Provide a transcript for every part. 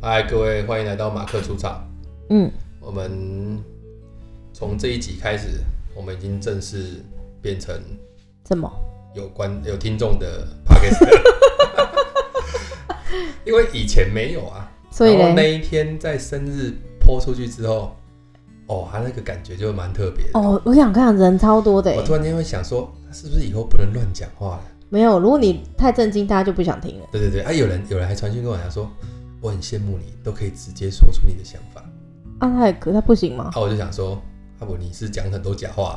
嗨，各位，欢迎来到马克出场。嗯，我们从这一集开始，我们已经正式变成怎么？有关有听众 的 podcast，因为以前没有啊。所以然后嘞，那一天在生日播出去之后，哦，他那个感觉就蛮特别的。哦，我想看人超多的我欸，突然间会想说，他是不是以后不能乱讲话了？没有，如果你太震惊，大家就不想听了。对对对，啊，有人有人还传讯跟我讲说，我很羡慕你，都可以直接说出你的想法。啊，他也可他不行吗？啊，我就想说，阿伯你是讲很多假话啊、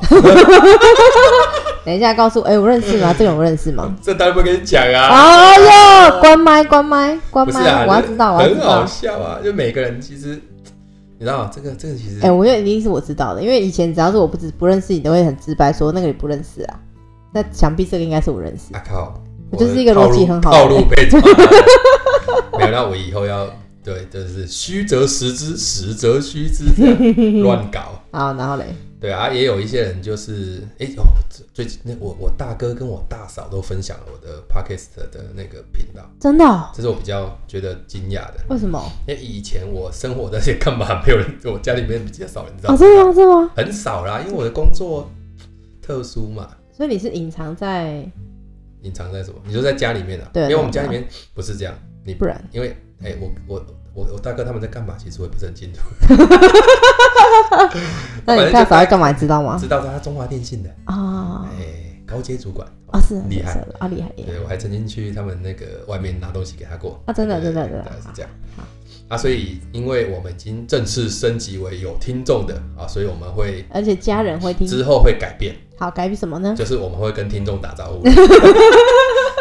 等一下告诉，哎、我认 识吗？这个人我认识吗？这当然不跟你讲啊。哎呦，关麦，关麦，关不是麦！啊，我要就是知道，我要知很道好。笑啊！就每个人其实，你知道这个这个其实哎、我觉得一定是我知道的，因为以前只要是我不知不认识你，都会很直白说那个你不认识啊。那想必这个应该是我认识。啊靠，我就是一个逻辑很好的套路被抓了。 没有，那我以后要对，就是虚则实之，实则虚之，这样乱搞。好，然后嘞，对啊，也有一些人就是，哎、哦，这最近那我我大哥跟我大嫂都分享了我的 podcast 的那个频道，真的哦、这是我比较觉得惊讶的，为什么？因为以前我生活在这 干嘛，没有人，我家里面比较少人知道，哦，真的吗？真的吗？很少啦，因为我的工作特殊嘛，所以你是隐藏在，隐藏在什么？你就在家里面啊，对因为我们家里面不是这样，你不然因为哎、我我我我大哥他们在干嘛，其实我也不是很清楚，那反正你就大嫂要干嘛？你知道吗？知道他中华电信的啊哎、高阶主管，啊，是厉害是是啊，厉害厉害。对我还曾经去他们那个外面拿东西给他过啊真的对对真的对真的是这样。啊，所以因为我们已经正式升级为有听众的啊，所以我们会而且家人会听。之后会改变，好，改变什么呢？就是我们会跟听众打招 呼。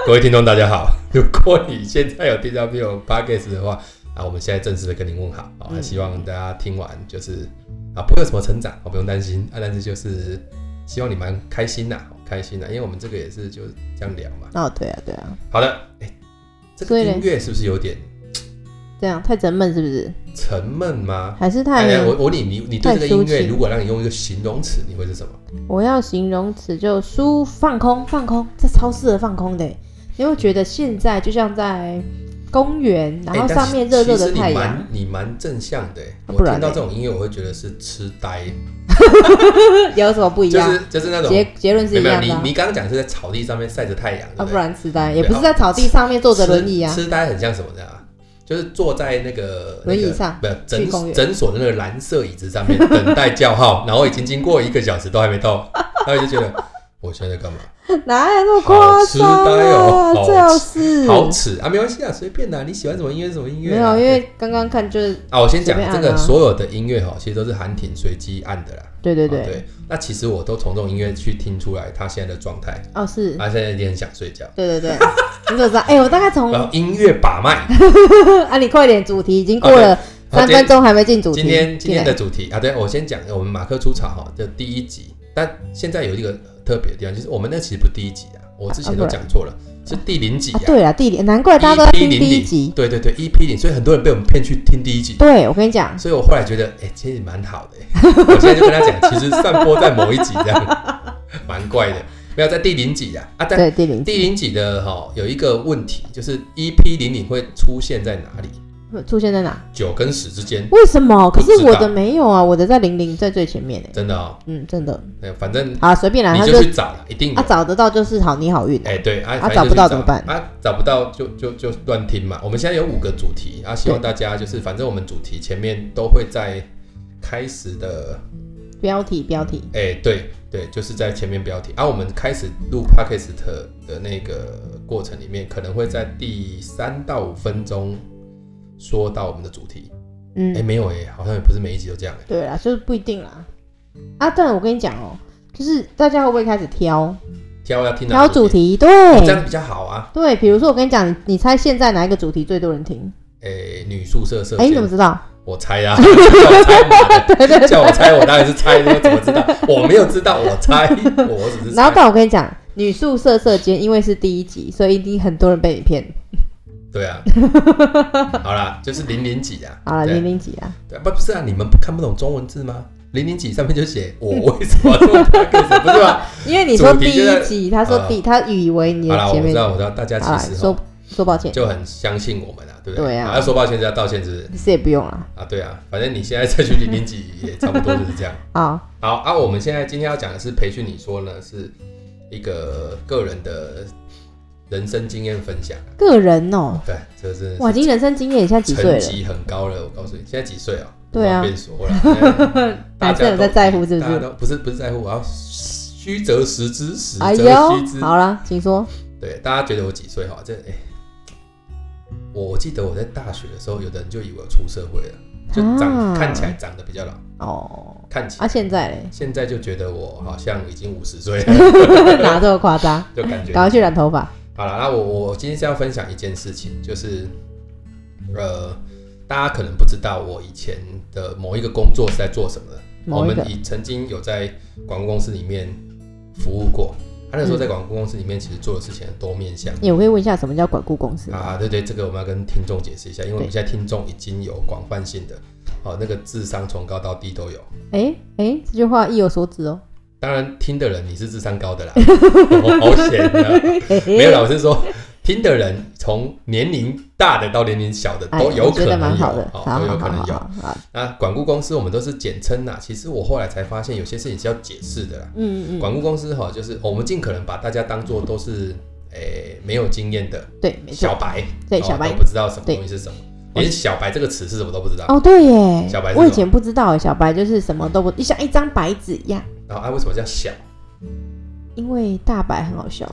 各位听众大家好，如果你现在有听到 B 有 p o d c a s 的话，啊，我们现在正式的跟您问好啊，嗯希望大家听完就是啊不会有什么成长，我、不用担心啊，但是就是希望你们开心呐、哦开心呐、因为我们这个也是就这样聊嘛。哦，对啊，对啊，好的，哎、这所个以嘞音乐是不是有点这样太沉闷是不是？沉闷吗？还是哎、太……我我问你你你对这个太抒音乐，情如果让你用一个形容词，你会是什么？我要形容词就舒放空，放空，这超适合放空的耶。你会觉得现在就像在公园，然后哎但上是面热热其实的你太阳，蛮你蛮正向的耶。欸啊我不然听到嘞这种音乐，我会觉得是痴呆，欸有什么不一就样？是就是那种结结论是一没有样没的有，啊你你刚刚讲是在草地上面晒着太阳，啊，对不对？然痴呆也对不是在草地上面坐着轮椅啊。痴痴呆很像什么的啊？就是坐在那个轮椅那个上不去公诊园诊所的那个蓝色椅子上面等待叫号，然后已经经过一个小时都还没到，然后就觉得我现在在干嘛？哪有那么夸好张痴呆哦啊？好最好是好耻啊，没关系啊，随便啦、你喜欢什么音乐什么音乐没啊、有，因为刚刚看就是啊，我先讲随便按这啊个所有的音乐哈，其实都是韩挺随机按的啦。对对啊对，对，那其实我都从这种音乐去听出来他现在的状态，哦是，他现在一定很想睡觉。对对对， 你怎么知道？哎、我大概从然后音乐把脉，啊，你快点，主题已经过了好 三今天分钟，还没进主题。今天今天进的来主题啊，对我先讲我们马克出场哈的第一集，但现在有一个特别的地方，就是我们那其实不是第一集啊，我之前都讲错了，是第零集啊，啊。对了，地理，难怪大家都在 EP 听零第一集。对对对，EP 零，所以很多人被我们骗去听第一集，对，我跟你讲，所以我后来觉得，哎、其实蛮好的、 欸我现在就跟他讲，其实散播在某一集这样，蛮怪的。没有在第零集啊，啊，在对地理第零集的哈、有一个问题，就是 EP 零零会出现在哪里？出现在哪？九跟十之间，为什么？不可知道是我的没有啊，我的在零零在最前面呢。真的哦，嗯，真的哎反正啊，随便啦，你他就去找了，一定有啊。找得到就是好，你好运啊哎、对，啊，啊反正找就不去到怎么办啊，找不到就就就乱听嘛。我们现在有五个主题啊，希望大家就是，反正我们主题前面都会在开始的，标题标题哎、对对，就是在前面标题啊。我们开始录 podcast 的那个过程里面，可能会在第三到五分钟说到我们的主题。哎、嗯，没有哎、好像也不是每一集都这样哎、对啦，就是不一定啦。啊，但我跟你讲哦，就是大家会不会开始挑挑要听哪挑个主题，题？嗯哦这样对比较好啊。对，比如说我跟你讲，你你猜现在哪一个主题最多人听？哎、女宿舍社哎，你监怎么知道？我猜 啊，叫我猜嘛，对对对叫我猜，我当然是猜，我怎么知道？我没有知道，我猜，我只是然后，猜。但我跟你讲，女宿舍舍间因为是第一集，所以一定很多人被你骗。对 啊，好啦，就是零零几啊，好了，对零零几啊？对啊不不是啊，你们看不懂中文字吗？零零几上面就写我为什么做 p o d 不是吗？因为你说主第题就在一集，他说第，他以为你好的啦，前我知。面道，我知道，大家好啦其实说哦说抱歉。就很相信我们啊，对不对？对啊要说抱歉就要道歉，是不是？其实也不用了。啊，对啊，反正你现在再去零零几也差不多就是这样。 好，好啊，我们现在今天要讲的是培训，你说呢是一个个人的人生经验分享。个人哦、对，这真哇，的已经人生经验你现在几是成岁了？绩很高了。我告诉你，现在几岁啊？对啊不方便说了。 大还家真都有在在乎是不大家是？都不是不是在乎，我要虚则实之，实哎则呦虚之。，好了，请说。对，大家觉得我几岁哈？这哎、我记得我在大学的时候，有的人就以为我出社会了，就长、啊看起来长得比较老，哦，看起来。，啊，现在嘞 现在就觉得我好像已经五十岁 了，哪这么夸张？就感觉赶快去染头发。好了，那我我今天是要分享一件事情，就是呃，大家可能不知道我以前的某一个工作是在做什么的。我某一们个以曾经有在广告公司里面服务过，他、那时候在嗯广告公司里面其实做的事情很多面向。欸我可以问一下什么叫管顾公司吗？啊，对对，这个我们要跟听众解释一下，因为我们现在听众已经有广泛性的，哦，那个智商从高到低都有。哎、哎、这句话意有所指哦。当然，听的人你是智商高的 啦，我好险啊！ 没有啦，我是说听的人从年龄大的到年龄小的哎都有我可觉得能蛮有，好的，哦好都有好可好能有。好好，那管顾公司我们都是简称啦，其实我后来才发现有些事情是要解释的啦。嗯嗯嗯，管顾公司哈，就是我们尽可能把大家当做都是诶、没有经验的对，没小错，白，对哦小白都不知道什么对东西是什么，连小白这个词是什么都不知道。哦，对耶，小白是什么我以前不知道耶，小白就是什么都不，像一张白纸一样。然后啊，为什么叫小？因为大白很好笑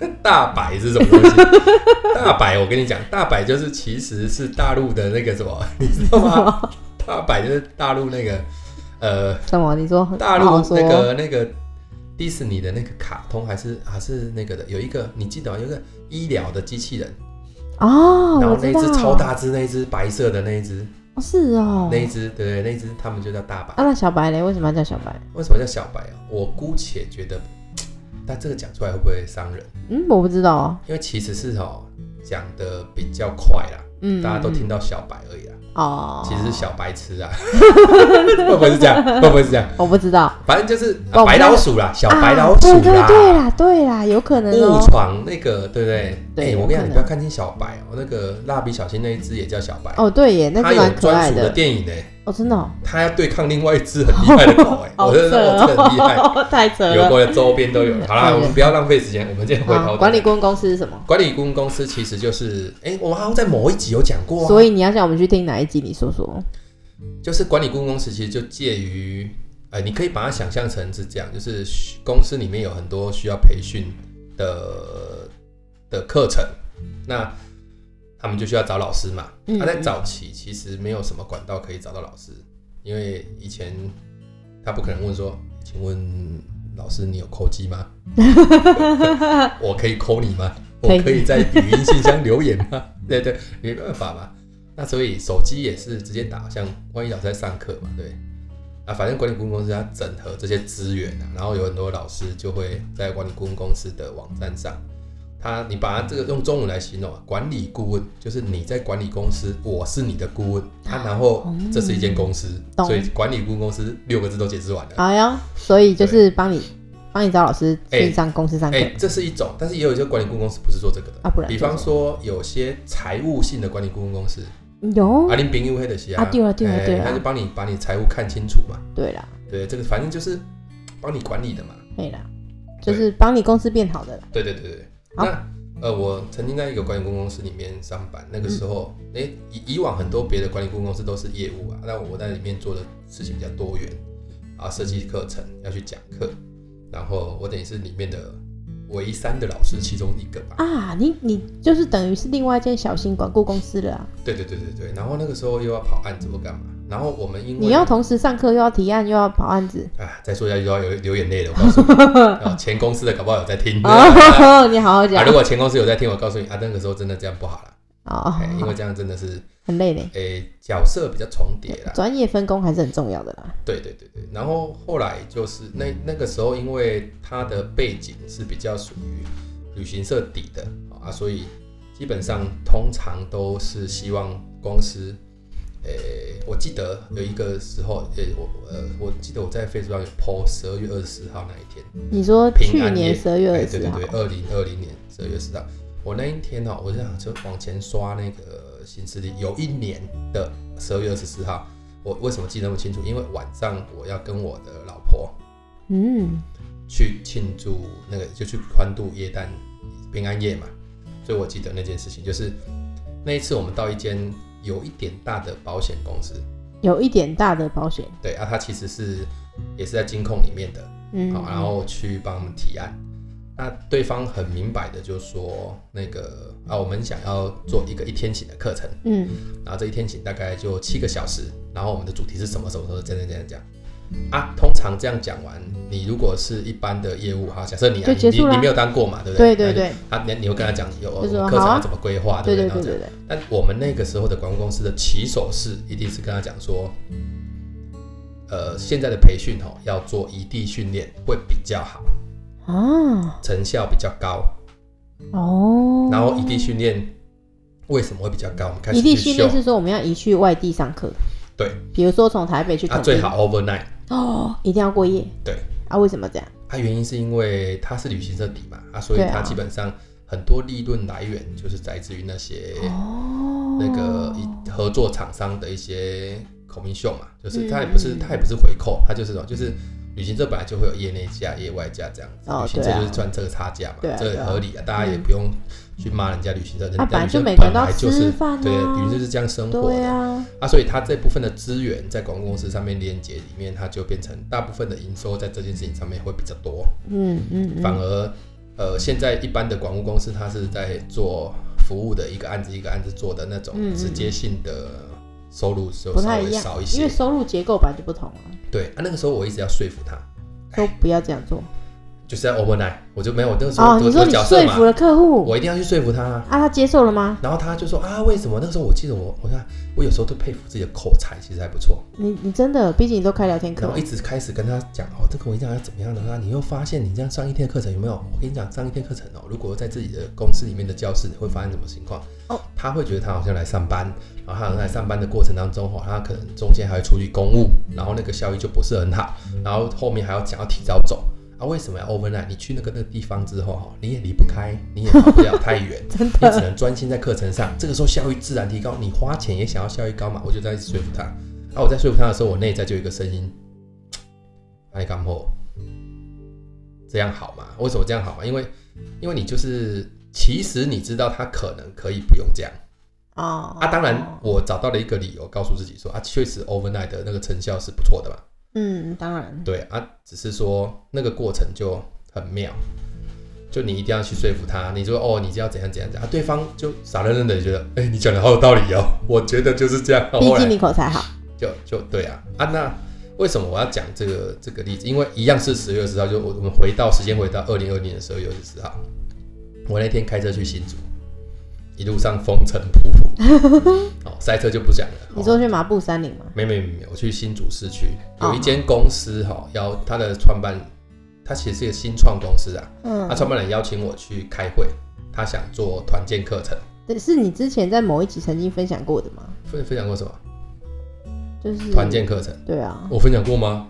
哎，大白是什么 东西？大白，我跟你讲，大白就是其实是大陆的那个什么，你知道吗？大白就是大陆那个呃， 什么？你说大好陆好说那个那个迪士尼的那个卡通还是还是那个的，有一个你记得、哦、有一个医疗的机器人，哦，然我后那知一道，只超大只，那一只白色的那一只，哦是哦那。一只对对，那一只他们就叫大白。啊，那小白嘞？为什么要叫小白？为什么叫小白啊？我姑且觉得，但这个讲出来会不会伤人？嗯，我不知道哦。因为其实是哦讲的比较快啦。嗯，大家都听到小白而已啦，哦，其实是小白痴啊， 会不会是这样？会不会是这样？我不知道。反正就是、啊哦我们白老鼠啦，小白老啊鼠对对对啦，啦，对啦，有可能误哦。闯那个，对不对？对哎有我跟你讲，可能你不要看清小白哦，那个蜡笔小新那一只也叫小白，哦，对耶，那它是有蛮可专爱属的的。电影呢，哦，真的哦，它要对抗另外一只很厉害的狗哎，我觉得 哦这个很厉害，害，太扯有了。过的周边都 有。好啦，哦对我们不要浪费时间，我们今天回好头啊管理顾问公司是什么？管理顾问公司其实就是，哎，我好像在某一集有讲过啊，所以你要叫我们去听哪一集？你说说。就是管理顾问公司其实就介于，呃，你可以把它想象成是这样，就是需公司里面有很多需要培训的的课程，那他们就需要找老师嘛。他、嗯在早期其实没有什么管道可以找到老师，因为以前他不可能问说，请问老师你有扣机 吗？我可以扣你吗？我可以可以在语音信箱留言吗？ 对对，没办法嘛。那所以手机也是直接打，像万一老师在上课嘛，对。啊，反正管理顾问公司它整合这些资源啊，然后有很多老师就会在管理顾问公司的网站上，他你把它这个用中文来形容啊，管理顾问就是你在管理公司，我是你的顾问，啊，然后这是一间公司，哦懂所以管理顾问公司六个字都解释完了。哎呀，所以就是帮你帮你找老师哎去上公司上课哎、这是一种，但是也有一些管理顾问公司不是做这个的。啊，不然比做方什说，有些财务性的管理顾问公司，么有阿林平又黑的西哦啊对了对了对了他就帮你把你财务看清楚嘛。对啦，对，这个反正就是帮你管理的嘛。对啦，就是帮你公司变好的啦。对对对对。好那呃，我曾经在一个管理顾问公司里面上班，那个时候，嗯哎、以以往很多别的管理顾问公司都是业务啊，那我在里面做的事情比较多元啊，设计课程要去讲课，然后我等于是里面的唯三的老师其中一个吧。啊，你你就是等于是另外一间小型管顾公司了啊！对对对对对，然后那个时候又要跑案子或干嘛，然后我们因为你要同时上课，又要提案，又要跑案子，啊，再说下去就要流流眼泪了，我告诉你， 啊，前公司的搞不好有在听， 啊，哦， 你好好讲如果前公司有在听，我告诉你啊，那个时候真的这样不好了，哦哎，因为这样真的是， 很累呢。诶，角色比较重叠啦，专业分工还是很重要的啦。对对对对，然后后来就是那那个时候，因为他的背景是比较属于旅行社底的啊，所以基本上通常都是希望公司，诶、我记得有一个时候，诶、我呃，我记得我在 Facebook 上有 po 十二月二十四号那一天，你说去平安夜年十二月哎二对十对号对，，二零二零年十二月十号，我那一天哦，我就想就往前刷那个的新势力，有一年的十二月二十四号，我为什么记得那么清楚？因为晚上我要跟我的老婆嗯，去庆祝那个，就去欢度耶诞平安夜嘛，所以我记得那件事情，就是那一次我们到一间有一点大的保险公司，有一点大的保险，对啊，它其实是也是在金控里面的，嗯，好，然后去帮他们提案。那对方很明白的就说，那个啊，我们想要做一个一天请的课程，嗯然后这一天请大概就七个小时，然后我们的主题是什么什么什么，这样这样这样讲啊。通常这样讲完，你如果是一般的业务哈，假设你、啊、就你结你束啦你没有当过嘛，对不对对？对那你，对啊，你你会跟他讲有我就说们课程好啊要怎么规划，对对对不对对？对对，但我们那个时候的广告公司的起手式一定是跟他讲说，呃，现在的培训哦，要做异地训练会比较好，啊，成效比较高。哦，然后异地训练为什么会比较高？我们开始一地去训秀练，是说我们要移去外地上课，对，比如说从台北去啊，垦丁，最好 overnight。哦，一定要过夜，对，啊，为什么这样？啊，原因是因为它是旅行社底嘛，啊，所以对啊它基本上很多利润来源就是来自于那些哦，那个一合作厂商的一些 commission 嘛，就是嗯它也不是嗯它也不是回扣，它就是什么，就是旅行社本来就会有业内价、业外价这样子，哦旅行社对啊就是赚这个差价嘛，对啊这个合理啊，大家也嗯不用去骂人家旅行社，人啊家本来旅就行每社个本人都要来就吃是饭啊对，旅行社是这样生活对的啊，啊，所以它这部分的资源在广告公司上面连接里面，它就变成大部分的营收在这件事情上面会比较多，嗯嗯反嗯，而呃，现在一般的广告公司它是在做服务的一个案子一个案子做的那嗯种嗯直接性的收入就不稍太微一少样一，因些。为收入结构本来就不同了，对啊，那个时候我一直要说服他，都不要这样做。就是要 overnight，我就没有我那个时候我哦，你哎我说你角说色服嘛，了客户我一定要去说服他啊。啊，他接受了吗？然后他就说啊，为什么？那个时候我记得我，我看我有时候都佩服自己的口才，其实还不错。你你真的，毕竟你都开聊天然课后，一直开始跟他讲哦，这个我一定要怎么样的那你又发现你这样上一天的课程有没有？我跟你讲，上一天课程哦，如果在自己的公司里面的教室，你会发生什么情况？哦，他会觉得他好像来上班，然后他好像来上班的过程当中哦，他可能中间还会处理公务，然后那个效益就不是很好，然后后面还要想要提早走。啊，为什么要 overnight？你去那个那个地方之后，哈，哦你也离不开，你也跑不了太远， 真你只的，能专心在课程上，这个时候效率自然提高。你花钱也想要效率高嘛，我就在说服他。然后我在说服他的时候，我内在就有一个声音：“哎，干后这样好吗？为什么这样好吗？因为，因为你就是，其实你知道他可能可以不用这样哦啊。当然，，我找到了一个理由，告诉自己说啊，确实 overnight 的那个成效是不错的嘛。嗯，当然，对啊，只是说那个过程就很妙，就你一定要去说服他，你说哦，你就要怎样怎样怎样，啊、对方就傻愣愣的觉得，哎、你讲的好有道理哦，我觉得就是这样。毕后来竟你口才好，就就对啊啊，那为什么我要讲这个这个例子？因为一样是十月十号，就我我们回到时间回到二零二零年的十二月十号，我那天开车去新竹，一路上风尘仆仆， 哦，塞车就不讲了。哦你说去马步山岭吗？没没没，我去新竹市区哦有一间公司哈、邀他的创办，他其实是一个新创公司啊，他嗯，创办人邀请我去开会，他想做团建课程，对，是你之前在某一集曾经分享过的吗？分分享过什么就是团，建课程？对啊，我分享过吗？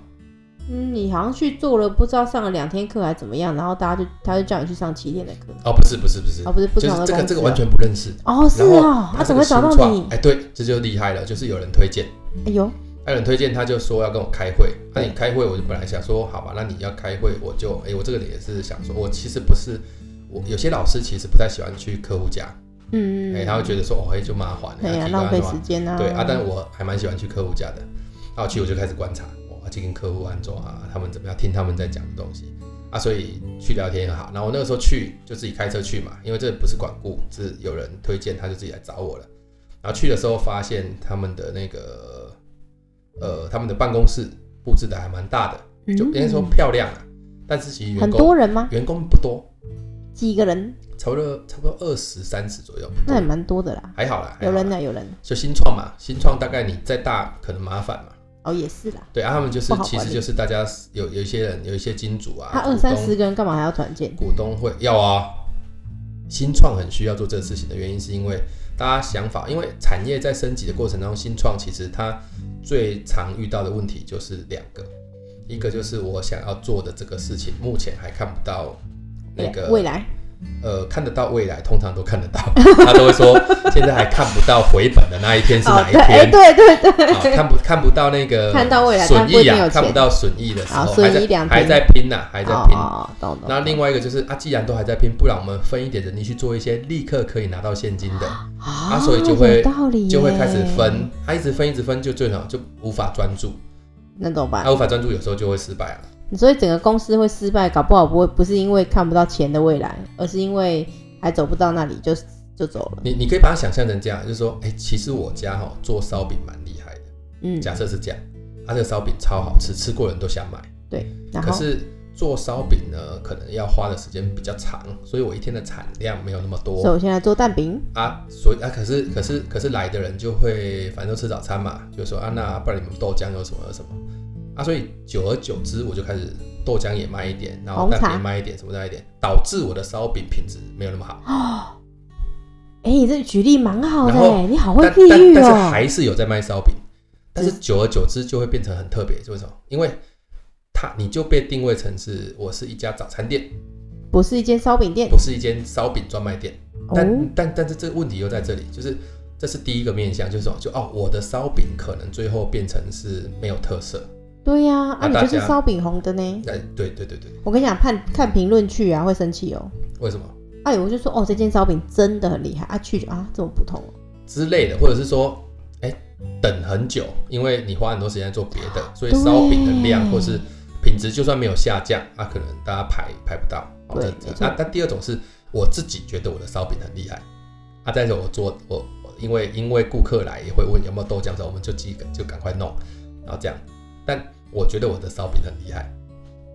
嗯，你好像去做了，不知道上了两天课还怎么样，然后大家就他就叫你去上七天的课，哦，不是不是不是，哦，不是不就同是这的公个司这个哦完全不认识，哦，是然后哦，他这怎个么会找到新创你？哎，对，这就厉害了，就是有人推荐。哎呦，那人推荐他就说要跟我开会，那对你开会，我就本来想说，好吧，那你要开会，我就，哎、我这个人也是想说，我其实不是，我有些老师其实不太喜欢去客户家，嗯，哎、他会觉得说，哦，哎、就麻烦，哎呀，提浪高费安时全间啊，对啊，但我还蛮喜欢去客户家的，然后去我就开始观察，我去跟客户安装啊，他们怎么样，听他们在讲的东西啊，所以去聊天也好。然后我那个时候去就自己开车去嘛，因为这不是管顾，是有人推荐，他就自己来找我了。然后去的时候发现他们的那个呃，他们的办公室布置的还蛮大的，就嗯应该说漂亮啊，但是其实员很工多人吗？员工不多，几个人？差不多差不多二十三十左右，那也蛮多的啦，还好啦，还有好啦人啊呢，有人就新创嘛，新创大概你再大可能麻烦嘛。哦，也是啦。对啊，他们就是不好其管实就理是大家有有一些人有一些金主啊，他二股三东十个人干嘛还要团建？股东会要啊。新创很需要做这个事情的原因，是因为大家想法，因为产业在升级的过程当中，新创其实它最常遇到的问题就是两个，一个就是我想要做的这个事情，目前还看不到那对个未来呃，看得到未来，通常都看得到， 他都会说现在还看不到回本的那一天是哦哪，一对，哎、天，对对对， 啊，看不看不到那个看到未来但损不一益定有啊，钱看不到损益的时候，好损还益在两拼还在拼呐、还在拼。哦，哦懂懂。那另外外一个就是啊，既然都还在拼，不然我们分一点人力去做一些立刻可以拿到现金的，啊所以就会有道理耶就会开始分，，啊他一直分一直分，就最后就无法专注，那怎么办？他无法专注，有时候就会失败啊。所以整个公司会失败，搞不好不会不是因为看不到钱的未来，而是因为还走不到那里就就走了。你你可以把它想象成这样，就是说，哎、其实我家哈、做烧饼蛮厉害的，嗯，假设是这样，啊他、这个烧饼超好吃，吃过的人都想买。对。然可后是做烧饼呢，可能要花的时间比较长，所以我一天的产量没有那么所以多我现在做蛋饼，啊。所以啊，可是可是可是来的人就会，反正都吃早餐嘛，就说啊，那不然你们豆浆有什么有什么啊？所以久而久之，我就开始豆浆也卖一点，然后红茶蛋饼也卖一点，什么卖一点，导致我的烧饼品质没有那么好。哎、你这举例蛮好的然后欸，你好会但譬但喻但是哦、还是有在卖烧饼，但是只久而久之就会变成很特别，为什么？因为它你就被定位成是我是一家早餐店，不是一间烧饼店不是一间烧饼专卖店。哦，但、但但是这个问题又在这里，就是这是第一个面向，就是说就哦，我的烧饼可能最后变成是没有特色。对呀、啊，那你大就是家烧饼红的呢。哎，对对对对，我跟你讲，看看评论区啊，会生气哦、为什么哎，我就说哦，这间烧饼真的很厉害啊，去就啊这么普通哦、之类的，或者是说，哎，等很久，因为你花很多时间做别的，所以啊对烧饼的量或是品质就算没有下降，啊，可能大家排排不到。哦对这没这错那那第二种是我自己觉得我的烧饼很厉害，啊，再者我做我我因为因为顾客来也会问有没有豆浆，所以我们就即就赶快弄，然后这样。但我觉得我的烧饼很厉害，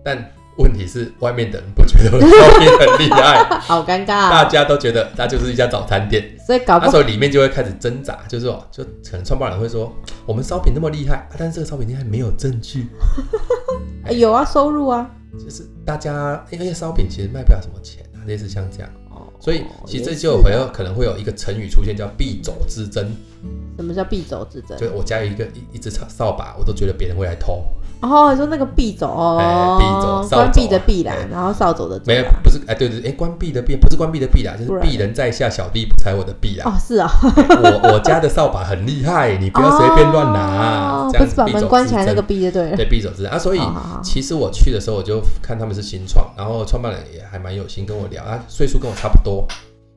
但问题是外面的人不觉得我的烧饼很厉害，好尴尬大啊、家都觉得它就是一家早餐店。所以啊搞不那时好候里面就会开始挣扎，就是说，就可能创办人会说，我们烧饼那么厉害，啊、但是这个烧饼店还没有证据，哎有啊收入啊，就是大家因为烧饼其实卖不了什么钱啊，类似像这样，哦啊所以其实这也就是会有可能会有一个成语出现，叫敝帚之争，什么叫必走之争？就是我家有一个一一只扫扫把，我都觉得别人会来偷，哦，你说那个必走哦，哎必走关扫帚闭的必啦，哎然后扫帚的走啊没有啦。不是哎对对对哎关闭的闭不是关闭的闭啦，就是不然呢鄙人在下小弟不踩我的臂啊，哦，是啊，我我家的扫把很厉害，你不要随便乱拿，啊哦这不样是子把敝帚门之关起来那争个必就对了。对匕首之争啊，所以好好好其实我去的时候，我就看他们是新创，然后创办人也还蛮有心跟我聊，啊，岁数跟我差不多，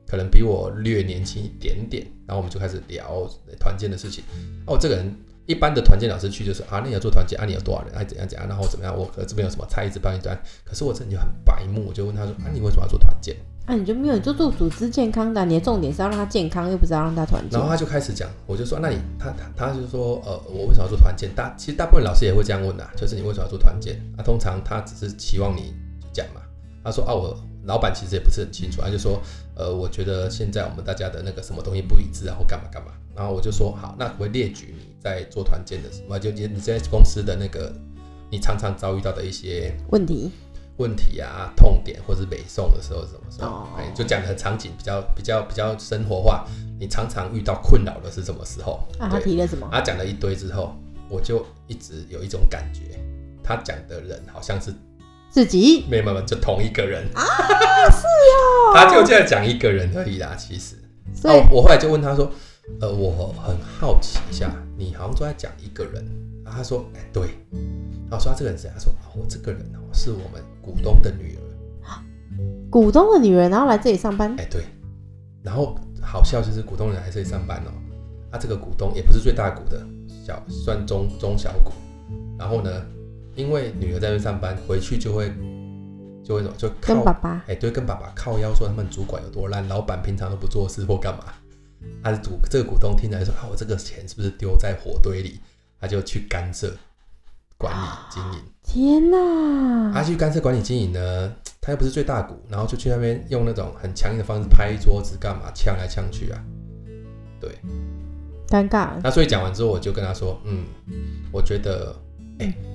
可能比我略年轻一点点，然后我们就开始聊呃团建的事情。哦，这个人一般的团建老师去就是啊，那你要做团建啊，你有多少人，啊怎样怎样，然后怎么样，我可这边有什么菜一直帮你端。可是我真的就很白目，我就问他说啊，你为什么要做团建？啊，你就没有，你就做组织健康的啊，你的重点是要让他健康，又不是要让他团结然。后他就开始讲，我就说，那你他他他就说，呃，我为什么要做团建？大其实大部分老师也会这样问啊，就是你为什么要做团建？啊，通常他只是期望你讲嘛。他说啊，我老板其实也不是很清楚，他就说，呃，我觉得现在我们大家的那个什么东西不一致啊，或干嘛干嘛。然后我就说，好，那我会列举你在做团建的时候，就你你在公司的那个你常常遭遇到的一些问题问题啊、痛点，或是北宋的时候是什么时候哦？哎、就讲的很场景比较比较比较生活化。你常常遇到困扰的是什么时候？啊，他对，提了什么？他讲了一堆之后，我就一直有一种感觉，他讲的人好像是自己没有没有没有就同一个人 啊，是哦，他就这样讲一个人而已啦，其实。所以哦，我后来就问他说，呃，我很好奇一下，你好像都在讲一个人，然后他说，哎、对，然后我说他这个人是谁？他说，哦，我这个人哦是我们股东的女儿，股东的女人，然后来这里上班，哎、对，然后好笑就是股东人还是会上班哦，他、这个股东也不是最大股的，小算中中小股，然后呢，因为女儿在那边上班，回去就会就会什么就靠跟爸爸哎、对，跟爸爸靠腰说他们主管有多烂，老板平常都不做事或干嘛。他的股这个股东听起来说啊，我这个钱是不是丢在火堆里？他就去干涉管理经营。天他、哪！去干涉管理经营呢，他又不是最大股，然后就去那边用那种很强硬的方式拍桌子干嘛，呛来呛去啊。尴尬，那所以讲完之后，我就跟他说，嗯，我觉得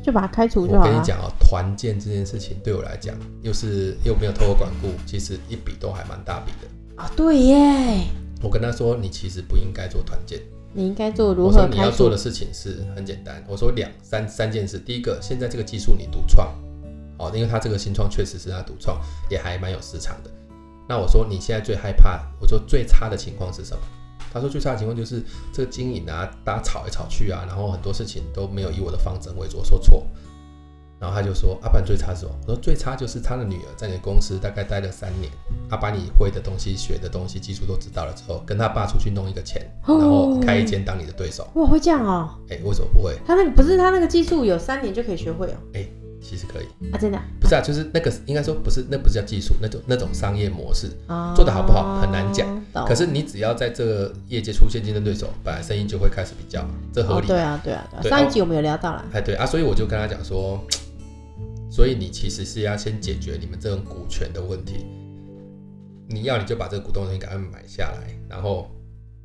就把他开除我就好跟你了。讲哦，团建这件事情对我来讲，又是又没有透过管顾，其实一笔都还蛮大笔的。啊，对耶，我跟他说，你其实不应该做团建。你应该做如我何说你开要做除的事情是很简单，我说两三三件事。第一个，现在这个技术你独创，哦，因为它这个新创确实是它独创，也还蛮有市场的。那我说你现在最害怕，我说最差的情况是什么？他说最差的情况就是这个经营啊，大家吵来吵去啊，然后很多事情都没有以我的方针为主。我说错，然后他就说啊哦阿不然最差是什么？我说最差就是他的女儿在你的公司大概待了三年，他把你会的东西、学的东西、技术都知道了之后，跟他爸出去弄一个钱，然后开一间当你的对手。哇，会这样哦、哎、为什么不会？他那个不是他那个技术有三年就可以学会哦、其实可以，啊，真的不是啊，就是那个应该说不是，那不是叫技术，那种那种商业模式。啊，做得好不好很难讲哦懂。可是你只要在这个业界出现竞争对手，本来生意就会开始比较嘛，这合哦，理。对啊，对啊，对啊，对上一集我们有聊到啦，哎，对啊，所以我就跟他讲说，所以你其实是要先解决你们这种股权的问题。你要你就把这个股东的东西赶快买下来，然后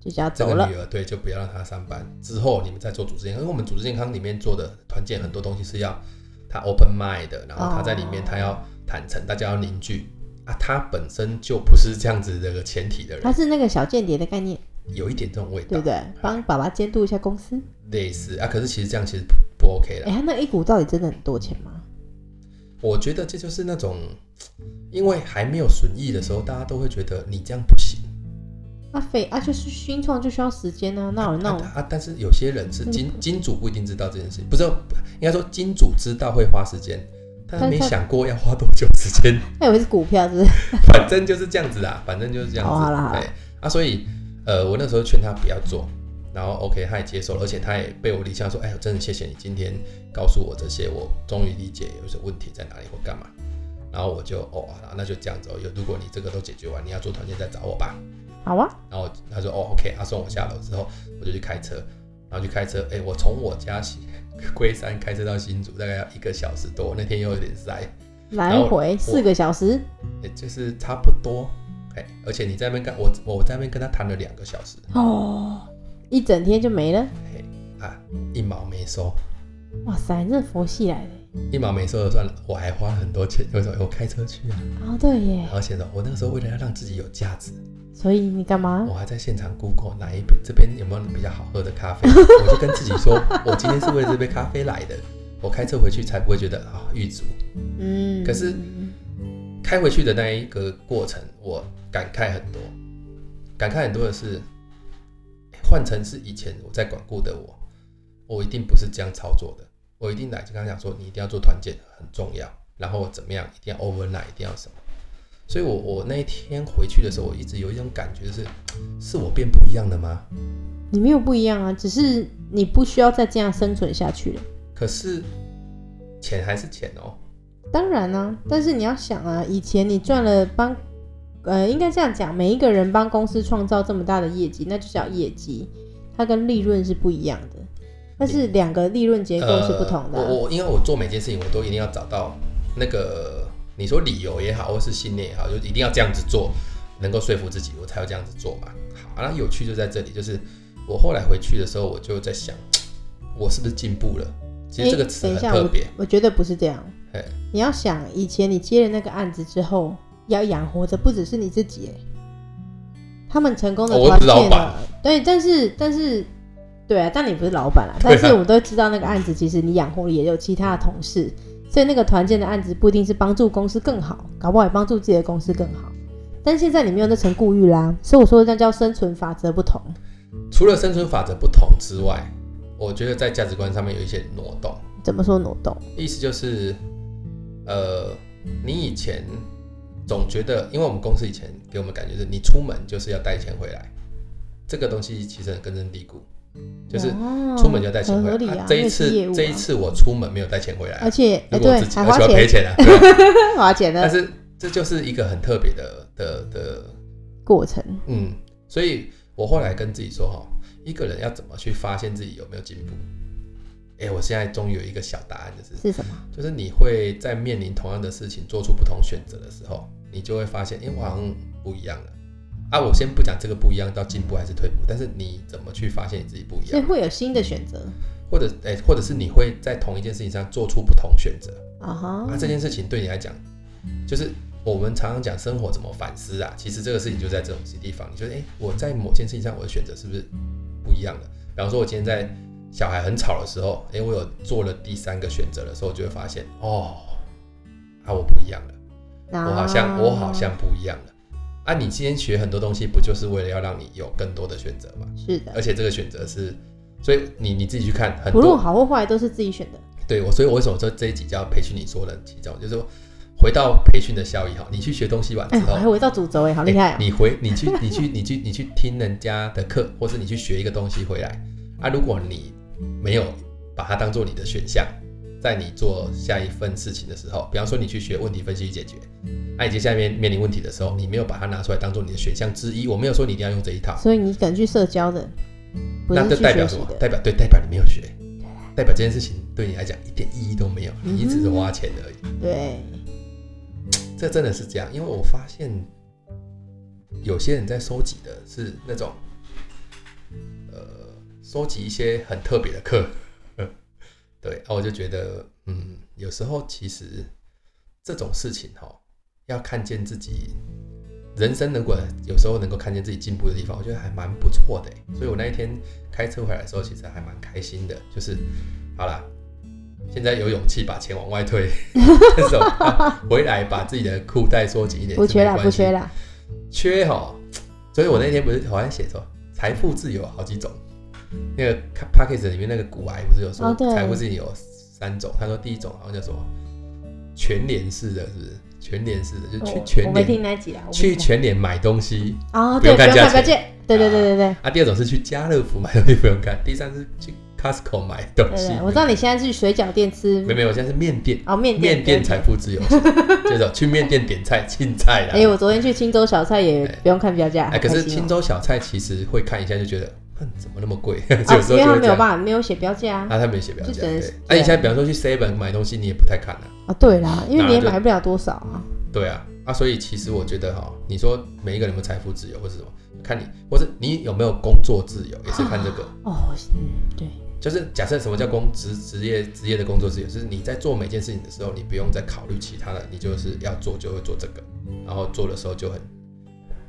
就叫他这走个了女儿对就不要让她上班。之后你们再做组织健康，因为我们组织健康里面做的团建很多东西是要她 open mind 的，然后她在里面哦她要坦诚，大家要凝聚啊。她本身就不是这样子的前提的人，他是那个小间谍的概念，有一点这种味道，哦对不对？帮爸爸监督一下公司。类似啊，可是其实这样其实不不 OK 哎、啦。他那一股到底真的很多钱吗？我觉得这就是那种，因为还没有损益的时候，大家都会觉得你这样不行。那非啊，就是新创就需要时间啊，那我那啊我啊！但是有些人是金金主不一定知道这件事情，不是应该说金主知道会花时间，但他但没是他想过要花多久时间。那以为是股票是不是？ 反正就是这样子啦，反正就是这样子。好啊好啊好啊对啊，所以呃，我那时候劝他不要做，然后 OK，他也接受了，而且他也被我理清说，哎呦，真的谢谢你今天告诉我这些，我终于理解有些问题在哪里或干嘛。然后我就哦，好啦那就这样子哦。有如果你这个都解决完，你要做团建再找我吧。好啊，然后他说哦，OK，他送我下楼之后，我就去开车，然后去开车，哎，我从我家西 龟山开车到新竹大概要一个小时多，那天又有点塞，来回四个小时，也哎就是差不多。哎，而且你在那边跟我，我在那边跟他谈了两个小时，哦，一整天就没了。嘿啊，一毛没收，哇塞，你这佛系来的。一毛没收就算了，我还花很多钱， 为什么？我开车去啊，哦，对耶然，后现场我那个时候为了要让自己有价值，所以你干嘛？我还在现场 Google 哪一杯这边有没有比较好喝的咖啡，我就跟自己说，我今天是为了这杯咖啡来的，我开车回去才不会觉得啊遇阻。嗯，可是开回去的那一个过程，我感慨很多，感慨很多的是，欸换成是以前我在管顾的我，我一定不是这样操作的，我一定来就跟他讲说，你一定要做团建很重要，然后怎么样，一定要 overnight，一定要什么。所以我我那一天回去的时候，我一直有一种感觉，就是是我变不一样了吗？你没有不一样啊，只是你不需要再这样生存下去了。可是钱还是钱哦，当然啦、但是你要想啊，以前你赚了帮，呃，应该这样讲，每一个人帮公司创造这么大的业绩，那就叫业绩，它跟利润是不一样的，但是两个利润结构是不同的啊、呃、我我因为我做每件事情，我都一定要找到那个你说理由也好，或是信念也好，就一定要这样子做，能够说服自己，我才要这样子做嘛。好，那有趣就在这里，就是我后来回去的时候，我就在想，我是不是进步了？其实这个诶词等很一下特别，我觉得不是这样嘿。你要想，以前你接了那个案子之后，要养活的不只是你自己耶，他们成功的哦我又团不是建老板了，对，但是但是，对啊，但你不是老板啊，对但啊是我们都知道那个案子，其实你养活了也有其他的同事，所以那个团建的案子不一定是帮助公司更好，搞不好也帮助自己的公司更好。但现在你没有那层顾虑啦，所以我说的那叫生存法则不同。除了生存法则不同之外，我觉得在价值观上面有一些挪动。怎么说挪动？意思就是，呃，你以前总觉得，因为我们公司以前给我们感觉是，你出门就是要带钱回来，这个东西其实很根深蒂固，就是哦出门就要带钱很回合来。理啊，这一因为是次业务啊这一次我出门没有带钱回来啊、而且哎如果我对，自己还而花且要赔钱， 钱啊。对花钱但的是这就是一个很特别的的的，过程。嗯，所以我后来跟自己说哈，一个人要怎么去发现自己有没有进步？哎、我现在终于有一个小答案，就是是什么？就是你会在面临同样的事情做出不同选择的时候，你就会发现，哎、我好像不一样了。啊，我先不讲这个不一样到进步还是退步，但是你怎么去发现你自己不一所以样，会有新的选择或者哎、或者是你会在同一件事情上做出不同选择。啊哈那、，这件事情对你来讲，就是我们常常讲生活怎么反思啊，其实这个事情就在这种地方，你觉得哎、诶我在某件事情上我的选择是不是不一样的？比方说，我今天在小孩很吵的时候，哎、我有做了第三个选择的时候，我就会发现哦，啊，我不一样了，那我好像我好像不一样了。啊，你今天学很多东西，不就是为了要让你有更多的选择吗？是的，而且这个选择是，所以你你自己去看很不论多。啊好或坏都是自己选的。对我，所以我为什么说这一集叫培训你说的其中，就是说回到培训的效益哈，你去学东西完之哎，后，我还回到主轴哎，好厉害欸哦！你回你去你去你去你去听人家的课，或是你去学一个东西回来啊，如果你没有把它当做你的选项，在你做下一份事情的时候，比方说你去学问题分析与解决，那、啊、你接下来面面临问题的时候，你没有把它拿出来当做你的选项之一，我没有说你一定要用这一套，所以你敢去社交的，不那是这去代表学什习么？的。代表对，代表你没有学，代表这件事情对你来讲一点意义都没有，嗯你一直是花钱而已。对，这真的是这样，因为我发现有些人在收集的是那种，呃，收集一些很特别的课， 对啊，我就觉得，嗯，有时候其实这种事情哈、要看见自己人生，如果有时候能够看见自己进步的地方，我觉得还蛮不错的欸。所以我那一天开车回来的时候，其实还蛮开心的，就是好啦，现在有勇气把钱往外推， 这种、啊回来把自己的裤带缩紧一点，不缺是啦，没不关系缺啦。缺哈，所以我那天不是好像写说财富自由有好几种，那个 p a c k a g e 里面那个古癌不是有说哦对财富自由有三种，他说第一种好像叫什么全联式的，是不是？全联式的就去我哦我全没联听那集啦，我不去知道全联买东西哦，不用对，不看用价看标钱签，对对对对对啊，第二种是去家乐福买东西不用看，第三是去 Costco 买东对西。对，我知道你现在去水饺店吃没有没有，我现在是面店，哦面面店财富 自由，就是去面店点菜青菜啊啦。哎，我昨天去青州小菜也哎不用看标价，哎，可好开是心哦青州小菜其实会看一下就觉得，哼，怎么那么 贵？啊有时因候就会为他没这有样。办法没有写标价啊。啊，他没写标价，就只能对是。那、对你现在比方说去 Seven 买东西，你也不太看了、啊，对啦，因为你也当然就买不了多少啊。对啊，啊，所以其实我觉得哈，你说每一个人有没有财富自由或是什么，看你或者你有没有工作自由，也是看这个。哦，嗯，对，就是假设什么叫工职职业职业的工作自由，就是你在做每件事情的时候，你不用再考虑其他的，你就是要做就会做这个，然后做的时候就很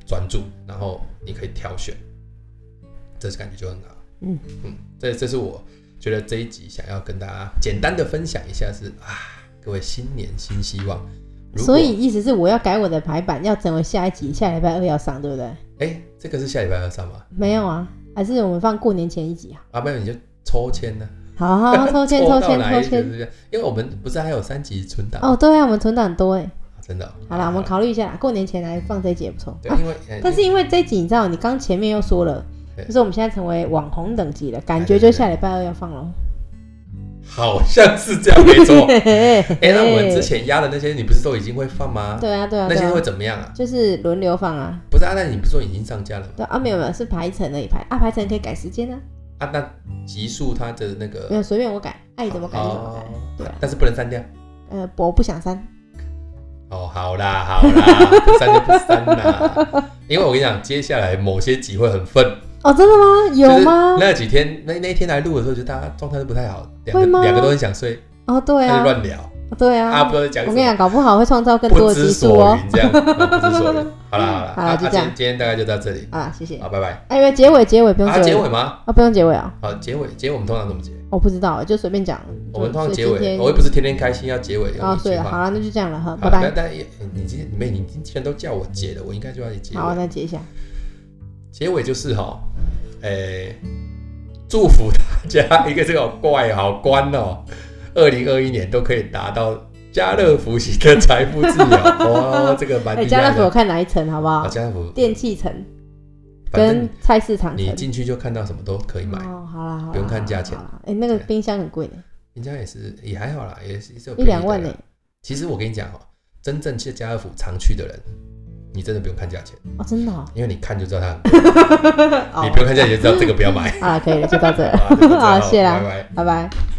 专注，然后你可以挑选，这感觉就很好。嗯嗯，这这是我觉得这一集想要跟大家简单的分享一下是啊，各位新年新希望。如果所以意思是我要改我的排版，要成为下一集下礼拜二要上，对不对？哎、这个是下礼拜要上吗？没有啊，还是我们放过年前一集啊？啊，没有你就抽签呢、好好好，抽签 抽抽到签哪抽一集是签。不是？因为我们不是还有三集存档、哦，对啊，我们存档多哎。真的哦、好啦，我们考虑一下啦，过年前来放这一集也不错对，啊。因为、呃但是因为这一集你知道，你刚前面又说了，对就是我们现在成为网红等级了，感哎觉对就对下礼拜二要放喽。好像是这样，没 错。嘿嘿嘿哎、那我们之前压的那些，你不是都已经会放吗？ 对啊对啊那对些会啊，怎么样啊？就是轮流放啊。不是啊，那你不是说已经上架了吗？对啊，没有没有，是排程而已排啊，排程可以改时间啊，啊，那集数它的那没个有随便我改，爱怎么改就怎么改。哦对啊但是不能删掉。呃，我不想删，哦，好啦，好啦， 不删就不删啦。因为我跟你讲，接下来某些集会很愤，哦，真的吗？有吗就？是那几天那那一天来录的时候，就大家状态都不太好，两会个吗两个都很想睡，哦，对他就啊，乱聊，对啊，啊不，知道在讲我什跟么你。讲，搞不好会创造更不多的知集数所哦。云这样，哦不知所 云。好啦好啦，好啦啊啊就这今样今天大概就到这里，好啦，啊谢谢。啊好，拜拜。哎，因为结尾结尾不用啊，结结尾尾吗？啊，不用结尾啊，好，结尾结尾我们通常怎么结？我不知道，就随便讲。我们通常就结是今尾，天我又不是天天开心要结尾哦用一，对句了，好话。了，那就这样了哈，拜好拜。啊但也你今天你们你今天都叫我姐了，我应该就要结好，尾。啊那接一下。结尾就是哈，诶，祝福大家一个这个好怪好关哦，二零二一年都可以达到家乐福型的财富自由。 哇，这个蛮哎，厉家害乐福我的。看哪一层好不好，好？家乐福，电器层反正跟菜市场你层。进去就看到什么都可以买。哦，好啦，好啦不用看价钱好啦好啦哎，那个对冰箱很贵的，人家也是也还好啦，也是也是有一两万呢呢。。其实我跟你讲哦、真正去家乐福常去的人，你真的不用看价钱，哦，真的哦。因为你看就知道它很贵，哦啊你不用看价钱就知道这个不要买。 好了，可以了，就到这了。好啦就这样好谢啦拜拜。拜拜。